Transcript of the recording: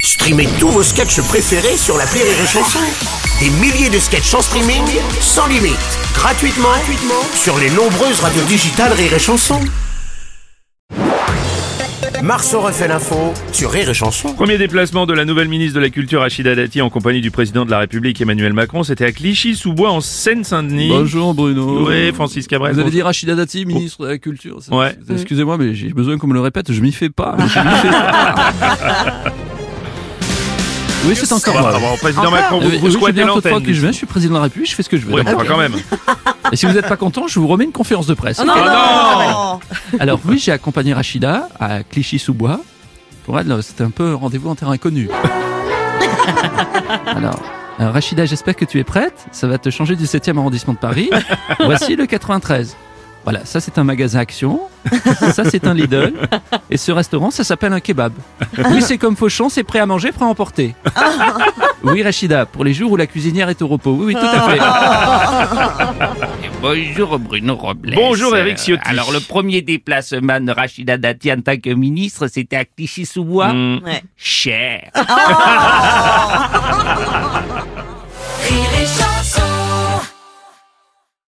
Streamez tous vos sketchs préférés sur la Rire et Chanson. Des milliers de sketchs en streaming, sans limite, gratuitement, gratuitement sur les nombreuses radios digitales Rire et Chanson. Marceau refait l'info sur Rire et Chanson. Premier déplacement de la nouvelle ministre de la Culture Rachida Dati en compagnie du président de la République Emmanuel Macron, c'était à Clichy-sous-Bois en Seine-Saint-Denis. Bonjour Bruno. Oui, Francis Cabrel. Vous avez dit Rachida Dati, ministre de la Culture. c'est- Ouais. c'est- Excusez-moi, mais j'ai besoin qu'on me le répète, je m'y fais pas. je m'y fais pas. oui, c'est encore Ah, moi. bon, président Macron, Euh, vous, vous oui, c'est squattez bien, toute fois l'antenne. que je Ah, viens, je suis président de la République, je fais ce que je veux. Oui, d'accord enfin, quand même. Et si vous n'êtes pas content, je vous remets une conférence de presse. Ah non, Alors oui, j'ai accompagné Rachida à Clichy-sous-Bois. Pour elle, euh, c'était un peu un rendez-vous en terre inconnue. Alors, euh, Rachida, j'espère que tu es prête. Ça va te changer du 7e arrondissement de Paris. Voici le 93. Voilà, ça c'est un magasin Action. Ça c'est un Lidl. Et ce restaurant, ça s'appelle un kebab. Oui, c'est comme Fauchon, c'est prêt à manger, prêt à emporter. Oui, Rachida, pour les jours où la cuisinière est au repos. Oui, oui, tout à fait. Bonjour Bruno Robles. Bonjour, Eric Euh, Ciotti. Alors le premier déplacement de Rachida Dati en tant que ministre, c'était à Ah. Clichy-sous-Bois. Hmm. Cher. Rire et chanson.